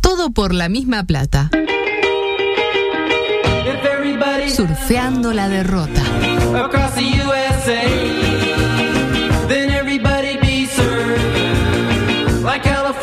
Todo por la misma plata. Surfeando la derrota. Across the USA, then everybody be served like California.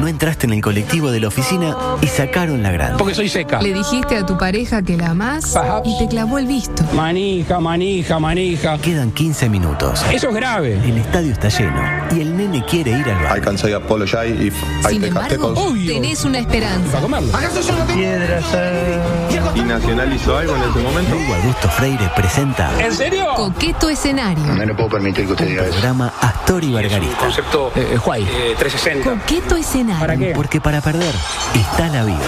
No entraste en el colectivo de la oficina y sacaron la grada. Porque soy seca. Le dijiste a tu pareja que la amás Perhaps. y te clavó el visto. Manija, manija, manija. Quedan 15 minutos. Eso es grave. El estadio está lleno y el nene quiere ir al I bar. can say apologize if I Sin take embargo, a Obvio. tenés una esperanza. Para comerlo. step ¿Y nacionalizó algo en ese momento? Hugo Augusto Freire presenta ¿En serio? Coqueto escenario. No puedo permitir que usted el diga eso. programa Astor y Bargarista. Concepto eh, Juay. 360. Coqueto ¿Para escenario. qué? Porque para perder está la vida.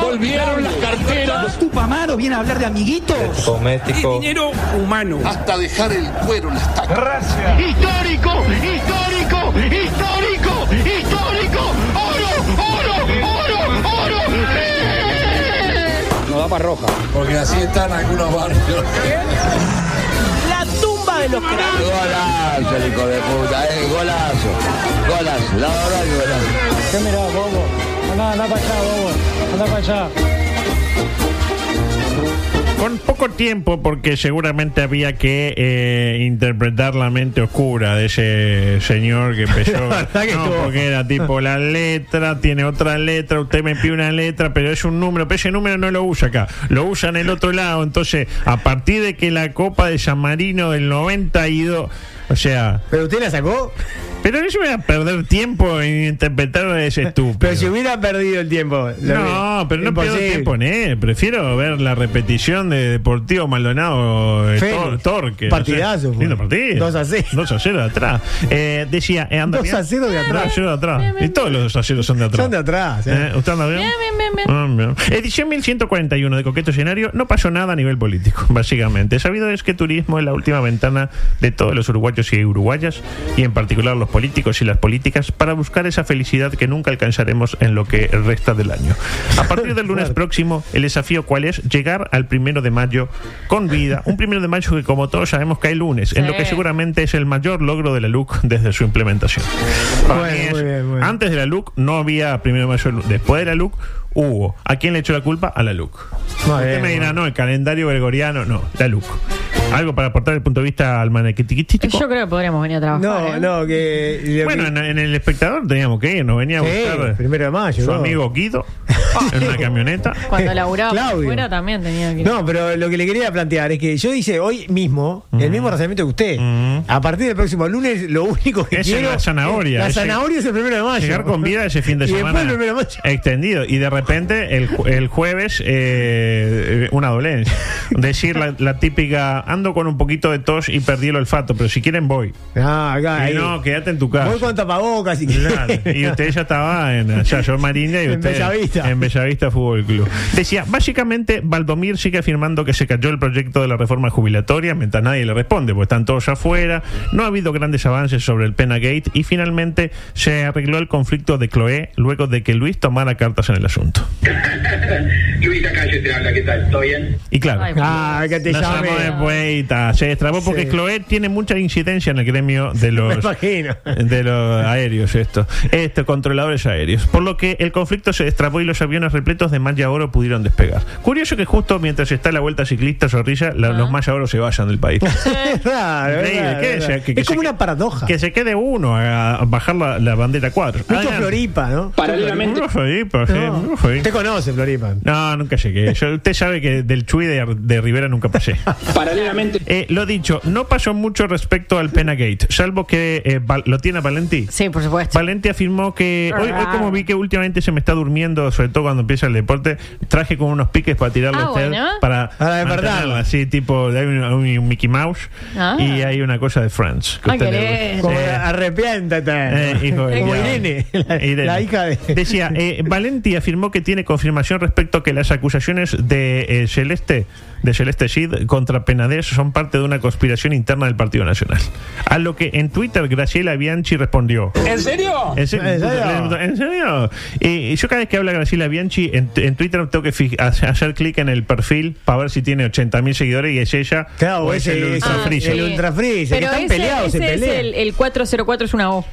Volvieron las carteras. Tupamaro viene a hablar de amiguitos. Cosmético. Dinero humano. Hasta dejar el cuero en las tacas. histórico, histórico, histórico, histórico, oro, oro, oro, oro. ¡Eh! Nos da para roja. Porque así están algunos barrios. La tumba de los cráneos. Golazo, hijo de puta, eh, golazo. Golazo, la verdad que golazo. ¿Qué mirás, bobo? Andá, andá para allá, bobo. Andá para allá. Con poco tiempo, porque seguramente había que eh, interpretar la mente oscura de ese señor que empezó. que no, estuvo- porque era tipo la letra, tiene otra letra, usted me pide una letra, pero es un número, pero ese número no lo usa acá, lo usa en el otro lado. Entonces, a partir de que la Copa de San Marino del 92, o sea. ¿Pero usted la sacó? Pero yo voy a perder tiempo en interpretar a ese estúpido. Pero si hubiera perdido el tiempo. lo- No, pero no pierdo Imposible. tiempo en él. Prefiero ver la repetición de Deportivo Maldonado eh, Félix. Tor- Torque. Partidazo, No sé. fue. Lindo partido. Dos a cero. 2 a 0 de atrás. Eh, decía, eh, anda Dos bien. a cero de atrás. Dos a cero de atrás. Y todos los dos a cero son de atrás. Son de atrás. eh. Eh, ¿Usted anda bien? Ah, bien. Edición 1141 de Coqueto Escenario. No pasó nada a nivel político, básicamente. Sabido es que turismo es la última ventana de todos los uruguayos y uruguayas, y en particular los políticos y las políticas, para buscar esa felicidad que nunca alcanzaremos en lo que resta del año. A partir del lunes próximo, el desafío cuál es llegar al primero de mayo con vida. Un primero de mayo que, como todos sabemos, cae lunes, en lo que seguramente es el mayor logro de la LUC desde su implementación. Para Bueno, mí es- muy bien, muy bien. antes de la LUC no había primero de mayo, de Lu- después de la LUC hubo. ¿A quién le echó la culpa? A la LUC. Muy Usted bien, me muy dirá, no, el calendario gregoriano, no, la LUC. ¿Algo para aportar desde el punto de vista al manequitiquitico? Yo creo que podríamos venir a trabajar. No, ¿eh? no, que. lo Bueno, que- en, en el espectador teníamos que ir, nos venía a Sí, buscar primero de mayo. su ¿no? amigo Guido en una camioneta. Cuando laburaba Claudio. fuera también tenía que ir. No, pero lo que le quería plantear es que yo hice hoy mismo el mismo razonamiento que usted. Mm. A partir del próximo lunes, lo único que Esa es quiero. la zanahoria, La ese- zanahoria es el primero de mayo. Llegar con vida ese fin de Y semana después el primero Este de mayo. extendido. Y de repente el, ju- el jueves eh, una dolencia. Decir la, la típica, ando con un poquito de tos y perdí el olfato, pero si quieren voy. Ah, acá. Y ahí. no, quédate en tu casa. Voy con tapabocas y Claro, Y usted ya estaba en allá, yo en Marina y En usted Bellavista. en Bellavista Fútbol Club. Decía, básicamente Valdomir sigue afirmando que se cayó el proyecto de la reforma jubilatoria mientras nadie le responde, porque están todos afuera, no ha habido grandes avances sobre el Pena Gate y finalmente se arregló el conflicto de Cloé luego de que Luis tomara cartas en el asunto. Luis Acalle te habla, ¿qué tal? ¿Todo bien? Y claro, Ay, Ah, que te nos llame. llamó después y ta, se destrabó porque Sí. Cloé tiene mucha incidencia en el gremio de Me los imagino. de los aéreos esto, esto, controladores aéreos. Por lo que el conflicto se destrabó y los aviones repletos de Maya Oro pudieron despegar. Curioso que justo mientras está la vuelta ciclista zorrilla, la- los Maya Oro se vayan del país. Claro, Increíble, verdad, ¿qué? verdad. O sea, que- que es como se- una paradoja. Que se quede uno a, a bajar la, la bandera 4. Mucho Floripa, ¿no? Paralelamente. No. Usted conoce Floripa. No, nunca llegué. Yo- usted sabe que del Chuy de, de Rivera nunca pasé. Paralelamente. Eh, lo dicho, no pasó mucho respecto al Penagate, salvo que eh, Val- lo tiene Valentí. Sí, por supuesto. Valente afirmó que hoy, hoy como vi que últimamente se me está durmiendo, sobre todo cuando empieza el deporte, traje con unos piques para tirarlo Ah, a usted bueno. para Para despertarla. mantenerla, así tipo hay un, un Mickey Mouse Ah. y hay una cosa de Friends. que Ah, usted qué le- lindo. Como Eh, arrepiéntate. eh, hijo de- como ya. Irene, la, Irene. la hija de. Decía, eh, Valenti afirmó que tiene confirmación respecto a que las acusaciones de eh, Celeste de Celeste Cid contra Penades son parte de una conspiración interna del Partido Nacional. A lo que en Twitter Graciela Bianchi respondió. ¿En serio? ¿En serio? ¿En serio? ¿En serio? Y yo cada vez que habla Graciela Bianchi en, en Twitter tengo que fi- hacer hacer clic en el perfil para ver si tiene 80.000 seguidores y es ella Claro, o es ese- el ese- Ultra ah, Freezer. el Ultra Freezer, que Pero están ese, peleados, se ese es pelean. el, el 404 es una O.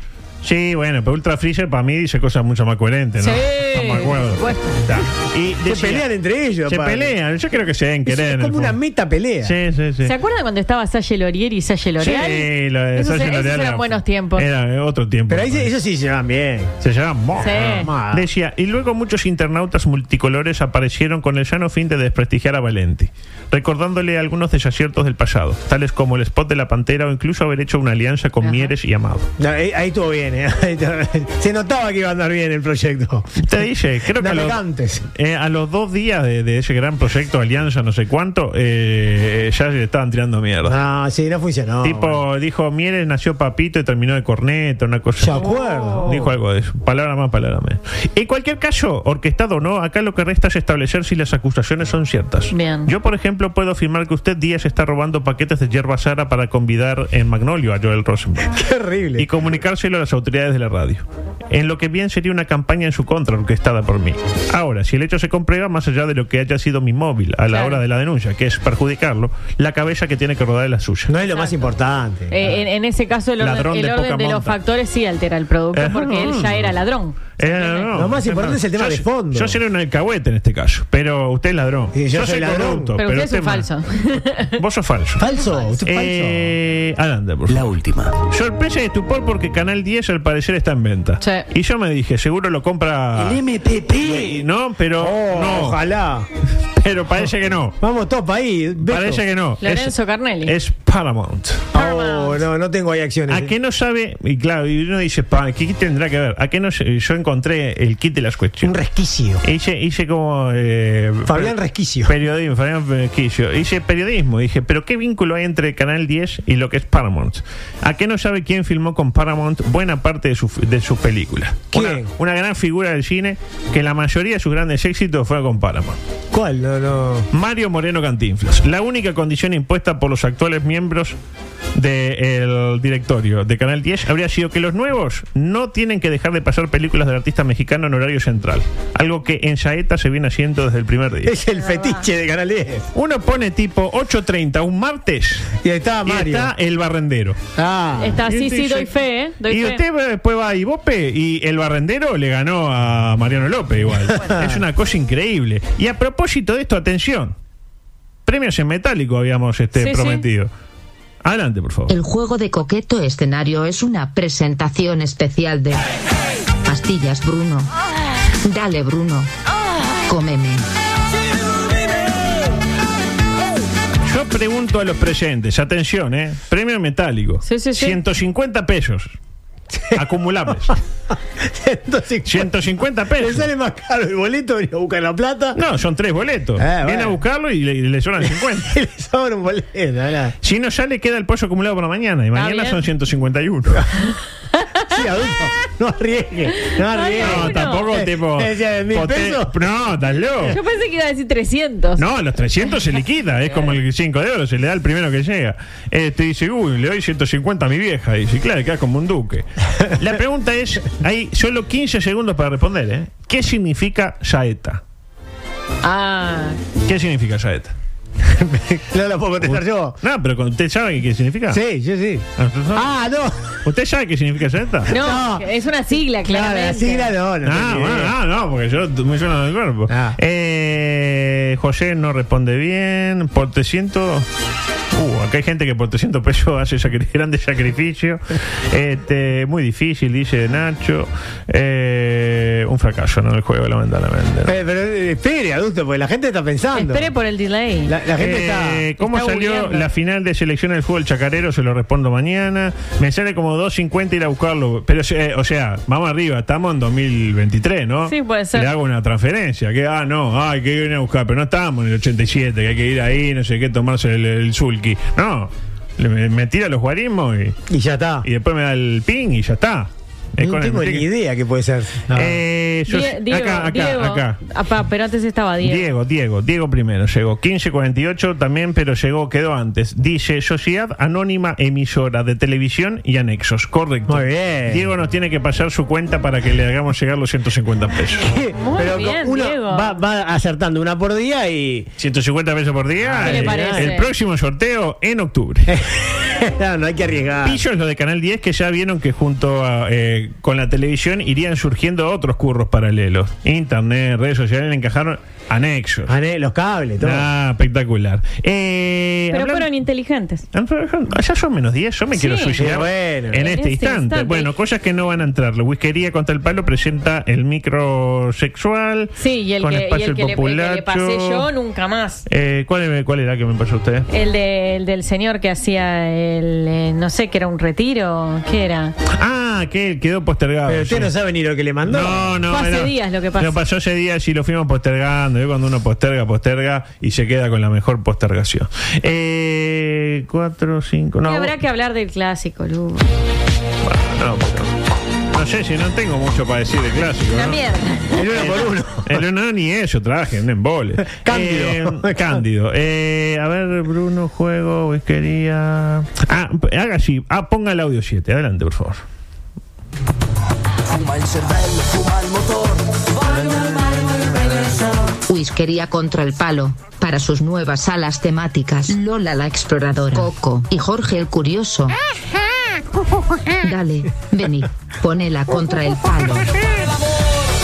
Sí, bueno, pero Ultra Freezer para mí dice cosas mucho más coherentes, ¿no? Sí, Estamos de acuerdo. por supuesto. Está. Y Se decía- pelean entre ellos. Se aparte. pelean, yo creo que se deben Es, querer. en el como una fondo. meta pelea. Sí, sí, sí. ¿Se acuerdan cuando estaba Salle Lorier y Salle L'Oreal? Sí, lo de Esos- Sergio esos L'Oreal eran era- buenos tiempos. Era eh, otro tiempo. Pero ahí se- ellos sí se llevan bien. Se llaman Mo- Sí. Ah. Decía, y luego muchos internautas multicolores aparecieron con el llano fin de desprestigiar a Valenti, recordándole algunos desaciertos del pasado, tales como el spot de la pantera o incluso haber hecho una alianza con Ajá. Mieres y Amado. No, ahí, ahí estuvo bien, ¿eh? Ahí estuvo- Se notaba que iba a andar bien el proyecto. Te dije, creo que a los, Navegantes. eh, a los dos días de, de ese gran proyecto, alianza, no sé cuánto, eh, ya le estaban tirando mierda. No, sí, no funcionó. tipo, bueno. dijo, Mieres nació papito y terminó de corneta, una cosa. Oh. Se acuerdo. Dijo algo de eso. Palabra más, palabra menos. En cualquier caso, orquestado o no, acá lo que resta es establecer si las acusaciones son ciertas. Bien. Yo, por ejemplo, puedo afirmar que usted Díaz está robando paquetes de hierba Sara para convidar en Magnolio a Joel Rosenberg Terrible. y comunicárselo a las autoridades de la radio. En lo que bien sería una campaña en su contra orquestada por mí. Ahora, si el hecho se comprueba, más allá de lo que haya sido mi móvil a la Claro. hora de la denuncia, que es perjudicarlo, la cabeza que tiene que rodar es la suya. No es lo más importante. Eh, en, en ese caso, el Ladrón orden, el de orden poca de los monta. factores sí altera el Eh. producto Ajá. porque él ya era ladrón. Eh, no, no, Lo más importante es el tema Yo de se- fondo. Yo seré un alcahuete en este caso, pero usted es ladrón. Sí, yo soy ladrón. Pero usted este es un falso. Vos sos falso. Falso, usted es Eh, adelante, por favor. La última. Sorpresa y estupor porque Canal 10 al parecer está en venta. Sí. Y yo me dije, seguro lo compra. El MPP. Y No, pero. falso. Oh, no, Ojalá. Pero parece que no. Vamos todos para ahí. Beto. Parece que no. Lorenzo es, Carnelli. Es Paramount. Oh, no, no tengo ahí acciones. eh. ¿A qué no sabe? Y claro, y uno dice, pa, ¿qué tendrá que ver? ¿A qué no sé? Yo encontré el kit de las Un cuestiones. E resquicio. Hice, hice como. eh, Fabián per- Resquicio. Periodismo, Fabián Resquicio. Hice periodismo. Dije, ¿pero qué vínculo hay entre Canal 10 y lo que es Paramount? ¿A qué no sabe quién filmó con Paramount buena parte de, su, de sus películas? Una, ¿Quién? una gran figura del cine que la mayoría de sus grandes éxitos fue con Paramount. ¿Cuál? No, no. Mario Moreno Cantinflas. La única condición impuesta por los actuales miembros del directorio de Canal 10 habría sido que los nuevos no tienen que dejar de pasar películas del artista mexicano en horario central, algo que en Saeta se viene haciendo desde el primer día. Es el fetiche de Canal 10. Uno pone tipo 8.30 un martes Y ahí estaba y Mario. está el barrendero. Ah. Está Y así, usted sí, dice- doy fe, ¿eh? Doy y fe. usted va- después va a Ibope y el barrendero le ganó a Mariano López igual. Es una cosa increíble. Y a propósito de esto, atención. Premios en metálico habíamos este, Sí, sí. prometido. Adelante, por favor. El juego de coqueto escenario es una presentación especial de Pastillas Bruno. Dale Bruno. Cómeme. Yo pregunto a los presentes, atención, ¿eh? Premio en metálico. Sí, sí, sí. 150 pesos. Acumulables. 150. 150 Le pesos. sale más caro el boleto venir a buscar la plata. No, son tres boletos. Eh, Viene bueno. a buscarlo y le, le sobran 50. Y le sobra un boleto. ¿verdad? Si no sale, queda el pollo acumulado para mañana. Y mañana bien. son 151. Sí, adulto. No arriesgue. No arriesgue. No, Bueno. tampoco Eh, tipo. decía, ¿de mil poté- pesos? No, estás Yo loco. pensé que iba a decir 300. No, los 300 se liquida, es como el 5 de oro, se le da el primero que llega. Este dice, uy, le doy 150 a mi vieja. Y dice, claro, queda como un duque. La pregunta es: hay solo 15 segundos para responder, ¿eh? ¿Qué significa saeta? Ah, ¿Qué significa saeta? No la puedo contestar yo. No, pero con- ¿usted sabe qué significa? Sí, yo sí. Ah, ¿usted sabe? Ah, no. ¿Usted sabe qué significa saeta? no, No. es una sigla, Claro, claramente. la sigla no, no. Ah, tengo bueno, idea. ah, no, porque yo me suena del cuerpo. Ah. Eh, José no responde bien. Por 300. Uh, acá hay gente que por 300 pesos hace sacri- grandes sacrificios. Este, muy difícil, dice Nacho. Eh, un fracaso ¿no? en el juego, lamentablemente. ¿no? Eh, pero eh, espere, adulto, porque la gente está pensando. Espere por el delay. La, la gente Eh, está. ¿Cómo está salió googleando. la final de selección del fútbol chacarero? Se lo respondo mañana. Me sale como 2.50 ir a buscarlo. Pero, eh, o sea, vamos arriba, estamos en 2023, ¿no? Sí, puede ser. Le hago una transferencia. Que, ah, no, ay, que hay que venir a buscar. Pero no estamos en el 87, que hay que ir ahí, no sé qué, tomarse el, el sulky. No, le- me, me tira los guarismos y, Y ya está. y después me da el ping y ya está. Es No con el tengo ni Enrique. idea qué puede ser. Eh, yo- Die- Diego, acá, acá, Diego. acá. Apá, pero antes estaba Diego. Diego, Diego, Diego primero llegó. 1548 también, pero llegó, quedó antes. Dice Sociedad Anónima Emisora de Televisión y Anexos. Correcto. Muy bien. Diego nos tiene que pasar su cuenta para que le hagamos llegar los 150 pesos. Muy bien, uno Diego. Va, va acertando una por día y. 150 pesos por día. ¿Qué le Eh, parece? El próximo sorteo en octubre. no, no hay que arriesgar. Pillo es lo de Canal 10 que ya vieron que junto a, eh, con la televisión irían surgiendo otros curros paralelos. Internet, redes sociales le encajaron anexos. Ah, ne, los cables, todo. Ah, espectacular. Eh, Pero hablando- Ah, fueron inteligentes. Ya son menos 10, yo me Sí. quiero suicidar Pero bueno. en este este instante. instante. Bueno, cosas que no van a entrar. La whiskería contra el palo presenta el microsexual. Sí, y el, con que, y espacio el que le, el que le populacho. pasé yo nunca más. Eh, ¿cuál, era- ¿Cuál era que me pasó a usted? El, de- el del señor que hacía el, eh, no sé, que era un retiro, ¿qué era? Ah, que quedó postergado. Pero usted sí. no sabe ni lo que le mandó. No, no. Fue hace era- días lo que pasó. Pero pasó hace días y lo fuimos postergando. ¿eh? Cuando uno posterga, posterga y se queda con la mejor postergación. Eh, cuatro, cinco, no. Y habrá que hablar del clásico, Lu. No, porque- no sé si no tengo mucho para decir de clásico. Una ¿no? mierda. El uno por uno. El uno ni eso traje, un embole. Cándido. Eh, Cándido. Eh, a ver, Bruno, juego, whiskería. Ah, p- haga así. Ah, ponga el audio 7. Adelante, por favor. Whiskería contra el palo, para sus nuevas salas temáticas. Lola la exploradora, Coco y Jorge el curioso. Dale, vení, ponela contra el palo.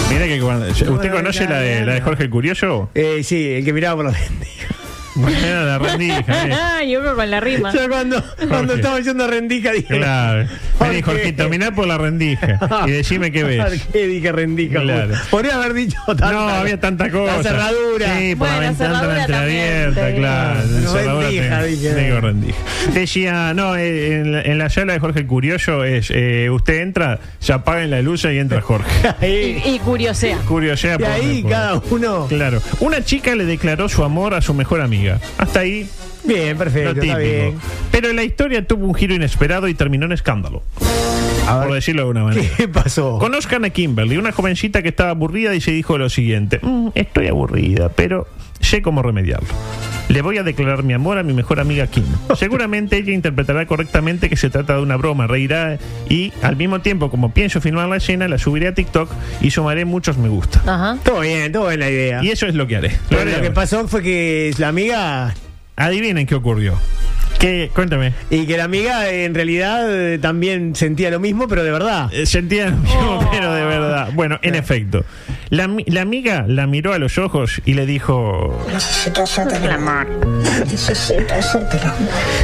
Mira que cuando- ¿Usted conoce la de, la de Jorge el Curioso? Eh, sí, el que miraba por los dientes. Era la rendija, eh. Ah, yo creo con la rima. Yo cuando, cuando Jorge. estaba yendo a rendija dije. Claro. Jorge. Vení, Jorgito, mirá por la rendija y decime qué ves. ¿Por qué dije rendija? Claro. Podría haber dicho tanta- No, había tanta cosa. La cerradura. Sí, por Bueno, la ventana cerradura entreabierta, también, te claro. digo. La cerradura Rendija, te- dije. digo rendija. Decía, no, eh, en la, en la sala de Jorge el Curioso es, eh, usted entra, se apagan la luz y entra Jorge. Ahí. Y, y curiosea. Curiosea. Y por- ahí por- cada uno. Claro. Una chica le declaró su amor a su mejor amiga. Hasta ahí, Bien, lo perfecto, está típico. bien. Pero la historia tuvo un giro inesperado y terminó en escándalo. A Por ver, decirlo de alguna manera. ¿qué pasó? Conozcan a Kimberly, una jovencita que estaba aburrida y se dijo lo siguiente: "Mm, Estoy aburrida, pero sé cómo remediarlo. Le voy a declarar mi amor a mi mejor amiga Kim. Seguramente ella interpretará correctamente que se trata de una broma, reirá y al mismo tiempo, como pienso filmar la escena, la subiré a TikTok y sumaré muchos me gusta. Ajá. Todo bien, todo bien la idea. Y eso es lo que haré. Lo Pero haré lo que ahora. pasó fue que la amiga. Adivinen qué ocurrió. ¿Qué? Cuéntame. Y que la amiga eh, en realidad eh, también sentía lo mismo, pero de verdad. Eh, Sentía lo mismo, pero de verdad. Bueno, en efecto. La, mi- la amiga la miró a los ojos y le dijo. Le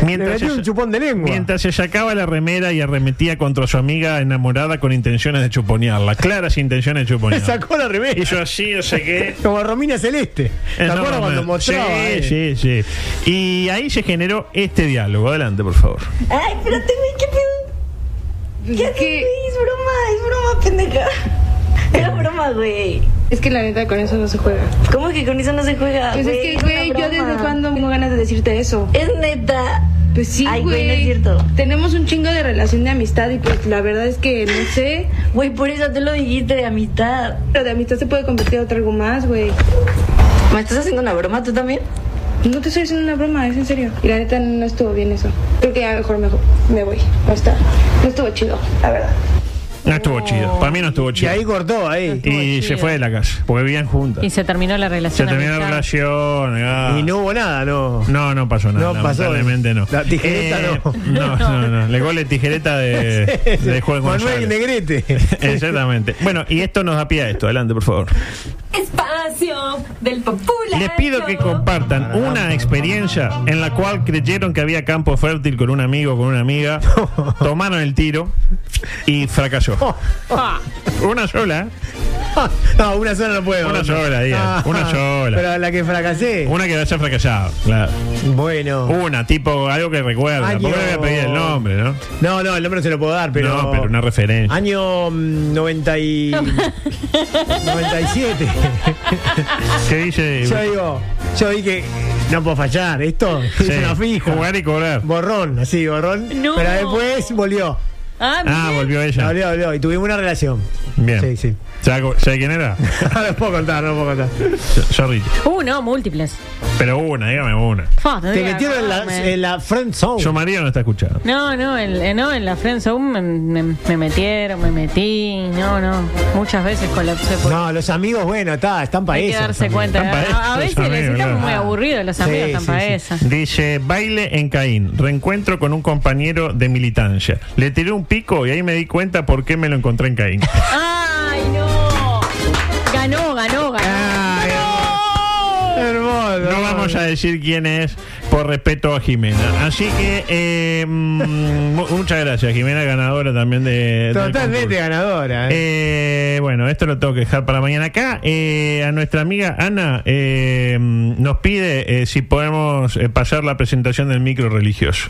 Mientras metió se, un chupón de lengua. mientras se sacaba la remera y arremetía contra su amiga enamorada con intenciones de chuponearla, claras intenciones de Le chuponearla. sacó la remera. Hizo así, o sea que. Como Romina Celeste. ¿Te Eh, no, acuerdas no, cuando no. mostraba? Sí, eh? sí, sí. Y ahí se generó este diálogo. Adelante, por favor. Ay, espérate, güey, qué pedo. Pues ¿Qué haces, ¿Qué? güey? Es broma, es broma, pendeja. Era broma, güey. Es que la neta con eso no se juega. ¿Cómo que con eso no se juega? Pues es que, güey, una yo broma. desde cuando tengo ganas de decirte eso. Es neta. Pues sí, Ay, güey, güey. no es cierto. Tenemos un chingo de relación de amistad y pues la verdad es que no sé. Güey, por eso te lo dijiste de amistad. Pero de amistad se puede convertir en otro algo más, güey. ¿Me estás haciendo una broma tú también? No te estoy haciendo una broma, es en serio. Y la neta no estuvo bien eso. Creo que ya mejor me, me voy. No está. No estuvo chido, la verdad. No estuvo chido. Para mí no estuvo Y chido. ahí cortó, ahí. Y se chido. fue de la casa, porque vivían juntas. Y se terminó la Se relación. terminó la amistad. relación. ah. Y no hubo nada, no. No, no pasó nada. No pasó. Lamentablemente no. Eh, La tijereta no. No, no, no. Le gole tijereta de, de Juan Manuel González. Negrete. Exactamente. Bueno, y esto nos da pie a esto. Adelante, por favor. Espacio del popular. Les pido que compartan una experiencia en la cual creyeron que había campo fértil con un amigo o con una amiga, tomaron el tiro y fracasó. Una sola, ¿eh? no, una sola no puedo. Ah, Una sola, diga, una sola. Pero la que fracasé. una que haya fracasado. claro. Bueno. Una, tipo algo que recuerda. Año- Porque le voy a pedir el nombre, ¿no? No, no, el nombre no se lo puedo dar, pero. no, pero una referencia. Año mm, 90 y... 97. ¿Qué dice? yo digo, yo dije, no puedo fallar, esto Sí, es una fija. Jugar y cobrar. Borrón, así, borrón. No. Pero después volvió. Ah, Ah, volvió ella. Volvió, volvió. Y tuvimos una relación. Bien. Sí, sí. ¿Sabe cu- sabe quién era? no puedo contar, no puedo contar. Sorry. Uh, no, múltiples. Pero una, dígame una. Fa, no Te diga, metieron en no, la, me- en la friend zone. Yo María no está escuchando. No, no, en, eh, no, en la friendzone me, me, me metieron, me metí, no, no. Muchas veces colapsé por No, los amigos, bueno, está, están para Hay que eso. darse cuenta. Están pa' A- a eso, veces amigos, necesitamos claro. muy aburridos los Sí, amigos están sí, para sí. esa. Dice, baile en Caín, reencuentro con un compañero de militancia. Le tiré un pico y ahí me di cuenta por qué me lo encontré en Caín. ¡Ay, no! Ganó, ganó, ganó. Ah. Hermoso. No vamos a decir quién es por respeto a Jimena. Así que eh, mm, mu- muchas gracias, Jimena, ganadora también de... del Totalmente concurso. ganadora. ¿eh? Eh, bueno, esto lo tengo que dejar para mañana acá. eh, a nuestra amiga Ana eh, nos pide eh, si podemos eh, pasar la presentación del micro religioso.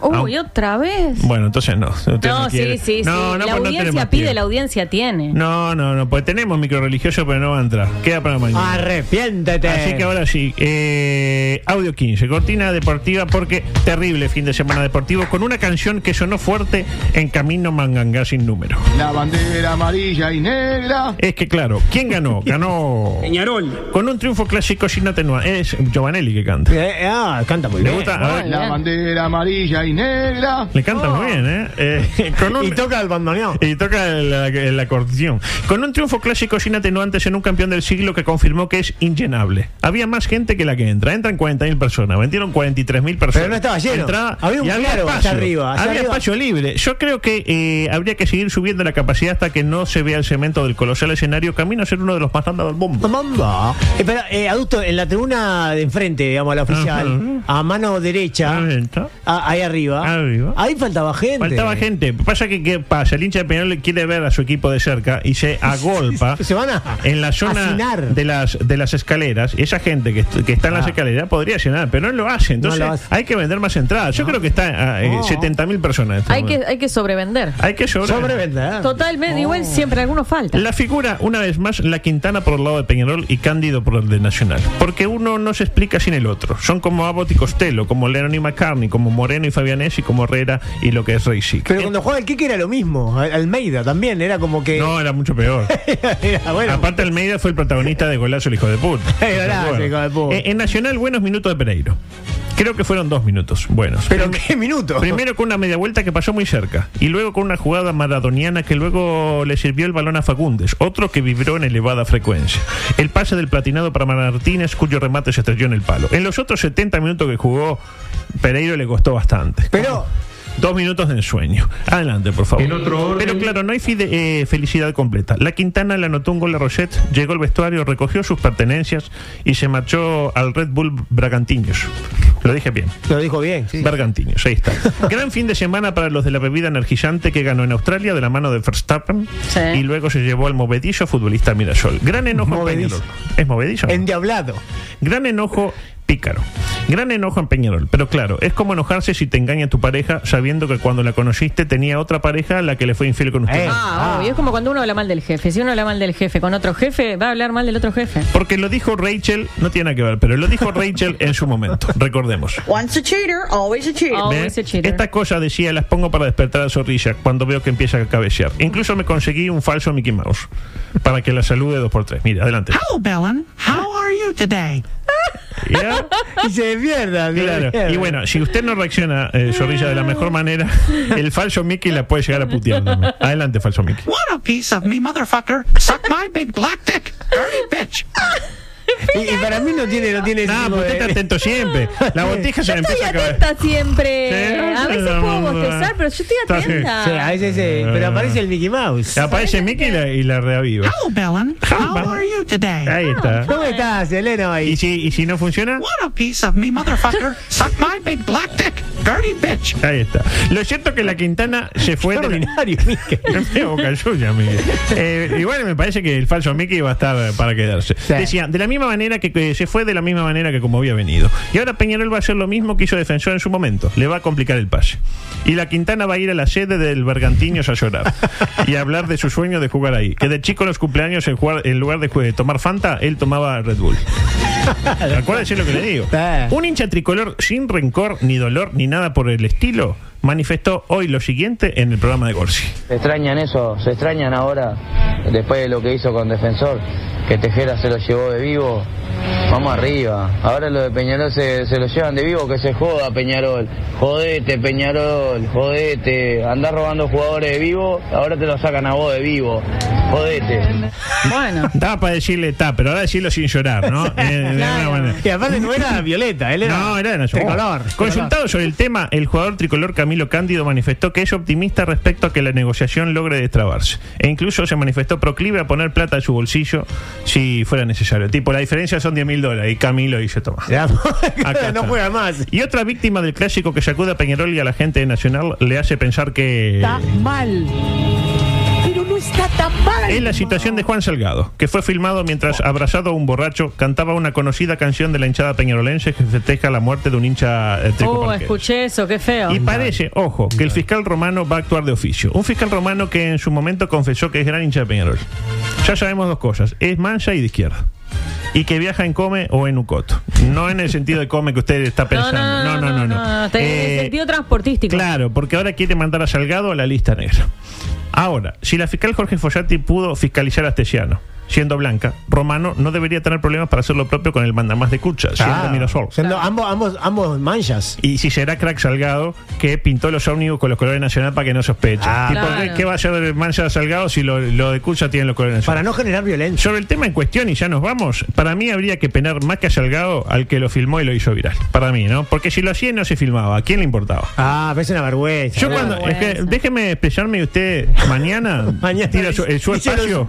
Uy, otra vez. Bueno, entonces no. usted No, quiere. sí, sí, No, sí. no, la pues no audiencia tenemos pide, tiempo. la audiencia tiene. No, no, no, pues tenemos micro religioso, pero no va a entrar. Queda para mañana. Arrepiéntete. Así que ahora sí, eh, audio 15, cortina deportiva, porque terrible fin de semana deportivo, con una canción que sonó fuerte en Camino Mangangá sin número. La bandera amarilla y negra. Es que claro, ¿quién ganó? Ganó Peñarol. con un triunfo clásico sin atenuar. Es Giovanelli que canta. Eh, ah, canta muy Le bien. gusta, a ver, La bandera amarilla y negra. le canta muy bien, ¿eh? Eh, con Oh. un- Y toca el bandoneón. Y toca la, la acordeón. Con un triunfo clásico sin atenuantes en un campeón del siglo que confirmó que es inllenable. Había más gente que la que entra. Entran 40.000 personas. Vendieron 43.000 personas. Pero no estaba lleno. Entraba- Había un y claro hacia espacio. arriba, hacia había arriba. espacio libre. Yo creo que eh, habría que seguir subiendo la capacidad hasta que no se vea el cemento del colosal escenario camino a ser uno de los más grandes del mundo. Mamba. Eh, pero, eh, adulto, en la tribuna de enfrente, digamos, la oficial, Ajá. a mano derecha, Adentro. a- ahí arriba, Arriba. Ah, ahí faltaba gente. Ah, Faltaba gente. Pasa que, ¿qué pasa? El hincha de Peñarol quiere ver a su equipo de cerca y se agolpa Se van a- en la a zona cenar. de las, de las escaleras. Y esa gente que, est- que está en las Ah. escaleras podría llenar, pero no lo hace. Entonces lo hace. hay que vender más entradas. Yo creo que está ah, a No. Oh. 70.000 personas. en este Hay que, momento. hay que sobrevender. hay que sobre- Sobrevender. Totalmente, igual siempre alguno falta. La figura, una vez más, la Quintana por el lado de Peñarol y Cándido por el de Nacional. Porque uno no se explica sin el otro. Son como Abbott y Costello, como Lennon y McCartney, como Moreno y Fabianés y como Herrera y lo que es Reisic. Pero cuando jugaba el Kike era lo mismo. Al- Almeida también, era como que. No, era mucho peor. era, Eh, bueno, Aparte, Almeida fue el protagonista de Golazo, el hijo de puta. Es verdad, Bueno. el hijo de puta. Eh, en Nacional, buenos minutos de Pereiro. Creo que fueron dos minutos buenos. pero Prim- qué minuto. Primero con una media vuelta que pasó muy cerca y luego con una jugada maradoniana que luego le sirvió el balón a Facundes, otro que vibró en elevada frecuencia. El pase del platinado para Martínez cuyo remate se estrelló en el palo. En los otros 70 minutos que jugó Pereiro le costó bastante. Pero. Dos minutos de ensueño. Adelante, por favor. En otro orden- Pero claro, no hay fide- eh, felicidad completa. La Quintana le anotó un gol a Roset, llegó al vestuario, recogió sus pertenencias y se marchó al Red Bull Bragantiños. Lo dije bien. Lo dijo bien. sí. Bergantiños, ahí está. Gran fin de semana para los de la bebida energizante que ganó en Australia de la mano de Verstappen Sí. y luego se llevó al movedillo futbolista Mirasol. Gran enojo en Movedizo. Peñarol. ¿Es movedillo? Endiablado. Gran enojo pícaro. Gran enojo en Peñarol. Pero claro, es como enojarse si te engaña tu pareja sabiendo que cuando la conociste tenía otra pareja a la que le fue infiel con usted. Eh. Ah, Ah. obvio, es como cuando uno habla mal del jefe. Si uno habla mal del jefe con otro jefe, va a hablar mal del otro jefe. Porque lo dijo Rachel, no tiene nada que ver, pero lo dijo Rachel en su momento, recordemos. Once a cheater, always a cheater. Oh, ¿Ve? ese cheater. Esta cosa decía, las pongo para despertar a Zorrilla cuando veo que empieza a cabecear. Incluso me conseguí un falso Mickey Mouse para que la salude dos por tres. Mira, adelante. Ya, Y se despierta. se claro. despierta. Y bueno, si usted no reacciona, eh, Zorrilla, de la mejor manera, el falso Mickey la puede llegar a putear. también. Adelante, falso Mickey. Y, y para mí no tiene, no tiene ese Nada, tipo pues usted está de- atento siempre. La botija se Yo le estoy empieza a caer. atenta siempre. Sí, a veces no, puedo no, no. bostezar, pero yo estoy Está bien. atenta. Sí, a veces se- pero aparece el Mickey Mouse. Aparece Mickey y la, y la reaviva. Ahí está. ¿Cómo estás, Elena? Ahí? ¿Y si, y si no funciona? Ahí está. Lo cierto es que la Quintana se fue de la- Extraordinario, Mickey. Medio boca suya, Miguel. Eh, igual me parece que el falso Mickey va a estar eh, para quedarse. Sí. Decía, de la misma manera que, que se fue, de la misma manera que como había venido. Y ahora Peñarol va a hacer lo mismo que hizo Defensor en su momento. Le va a complicar el pase. Y la Quintana va a ir a la sede del Bergantiños a llorar y a hablar de su sueño de jugar ahí. Que de chico en los cumpleaños, en, jugar- en lugar de jue- tomar Fanta, él tomaba Red Bull. Acuérdense lo que le digo. Sí. Un hincha tricolor sin rencor, ni dolor, ni nada por el estilo, manifestó hoy lo siguiente en el programa de Gorsi. Se extrañan eso, se extrañan ahora, después de lo que hizo con Defensor, que Tejera se lo llevó de vivo. Vamos arriba. Ahora lo de Peñarol se, se lo llevan de vivo, que se joda Peñarol. Jodete, Peñarol, jodete. Andás robando jugadores de vivo, ahora te lo sacan a vos de vivo. Jodete. Bueno. Estaba para decirle está, pero ahora decirlo sin llorar, ¿no? Eh, de alguna manera. Y aparte no era violeta, él era. No, era nacional. tricolor. Consultado sobre el tema, el jugador tricolor Camilo Cándido manifestó que es optimista respecto a que la negociación logre destrabarse. E incluso se manifestó proclive a poner plata en su bolsillo si fuera necesario. Tipo, la diferencia son 10 mil dólares. Y Camilo dice, toma. Ya, Acá no está. juega más. Y otra víctima del clásico que sacude a Peñarol y a la gente de Nacional le hace pensar que... Está mal. Pero no está tan mal. Es la situación de Juan Salgado, que fue filmado mientras abrazado a un borracho cantaba una conocida canción de la hinchada peñarolense que festeja la muerte de un hincha eh, Uh, tricoparqueño. escuché eso, qué feo. Y parece, ojo, que el fiscal romano va a actuar de oficio. Un fiscal romano que en su momento confesó que es gran hincha de Peñarol. Ya sabemos dos cosas, es mancha y de izquierda. Y que viaja en Come o en Ucoto. No en el sentido de Come que usted está No, no, pensando. No, no, no. no, Está en el Eh, sentido transportístico. Claro, porque ahora quiere mandar a Salgado a la lista negra. Ahora, si la fiscal Jorge Follati pudo fiscalizar a Astesiano, siendo blanca, Romano no debería tener problemas para hacer lo propio con el mandamás de Cucha, siendo Ah, Mirasol. son los- ambos, ambos, ambos manchas. Y si será crack Salgado, que pintó los ómnibus con los colores nacional para que no sospeche. Ah, Tipo, ¿qué- claro. ¿qué, va a hacer de mancha Salgado si lo, lo de Cucha tiene los colores Para nacionales? no generar violencia. Sobre el tema en cuestión, y ya nos vamos, para mí habría que penar más que a Salgado al que lo filmó y lo hizo viral. Para mí, ¿no? Porque si lo hacía y no se filmaba, ¿a quién le importaba? Ah, parece una vergüenza. Yo cuando, es que déjeme expresarme y usted mañana, tira su, en su dice lo espacio,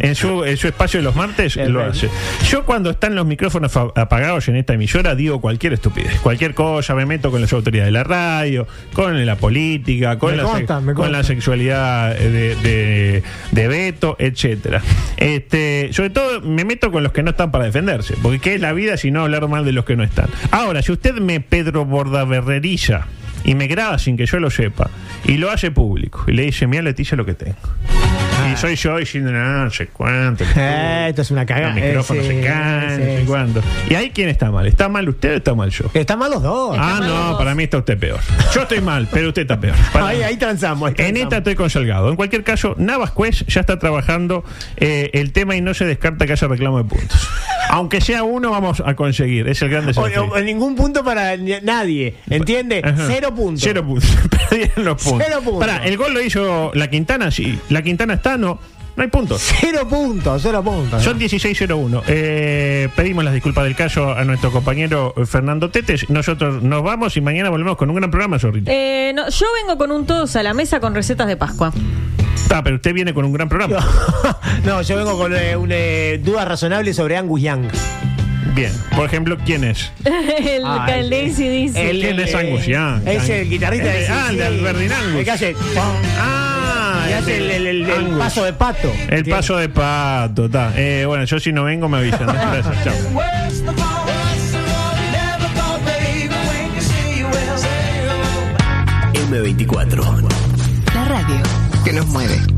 en su, en su espacio de los martes lo hace. Yo cuando están los micrófonos fa- apagados en esta emisora digo cualquier estupidez, cualquier cosa, me meto con las autoridades de la radio, con la política, con, Me la, se- consta, me con consta. la sexualidad eh, de, de, de Beto, etcétera. Este, sobre todo me meto con los que no están para defenderse, porque qué es la vida si no hablar mal de los que no están. Ahora, si usted me Pedro Bordaberreriza y me graba sin que yo lo sepa y lo hace público y le dice, mira Leticia lo que tengo. Y soy yo diciendo, no, no sé cuánto. Eh, Ah. esto es una cagada. Los micrófonos Eh, sí, se caen, sí, no sé sí. cuándo. ¿Y ahí quién está mal? ¿Está mal usted o está mal yo? Están mal los dos. ah, no, para mí está usted peor. Yo estoy mal, pero usted está peor. Para Ahí, mí. ahí transamos. ahí En transamos. esta estoy con Salgado. En cualquier caso, Navas Quest ya está trabajando eh, el tema y no se descarta que haya reclamo de puntos. Aunque sea uno, vamos a conseguir. Es el gran O- desafío. o- o ningún punto para ni- nadie. ¿Entiende? Ajá. Cero puntos. Cero puntos. Perdieron los puntos. Cero puntos. Pará, el gol lo hizo la Quintana, sí. La Quintana está, no. No hay puntos. Cero puntos, cero puntos. Son 16.01. Eh, pedimos las disculpas del caso a nuestro compañero eh, Fernando Tetes. Nosotros nos vamos y mañana volvemos con un gran programa, Zorrito. Eh, no, yo vengo con un todos a la mesa con recetas de Pascua. Está, Ah, pero usted viene con un gran programa. No, yo vengo con eh, una eh, duda razonable sobre Angus Young. Bien. Por ejemplo, ¿quién es? el Ah, eh, que el Daisy dice. El- ¿Quién es Angus Young? Es el guitarrista El- de ah, el de Albertin Angus. El que hace, Ah, y hace el, el- el- el Angus. paso de pato. El paso de pato, está. Eh, bueno, yo si no vengo me avisan. Gracias, chao. M24. La radio. Que nos mueve.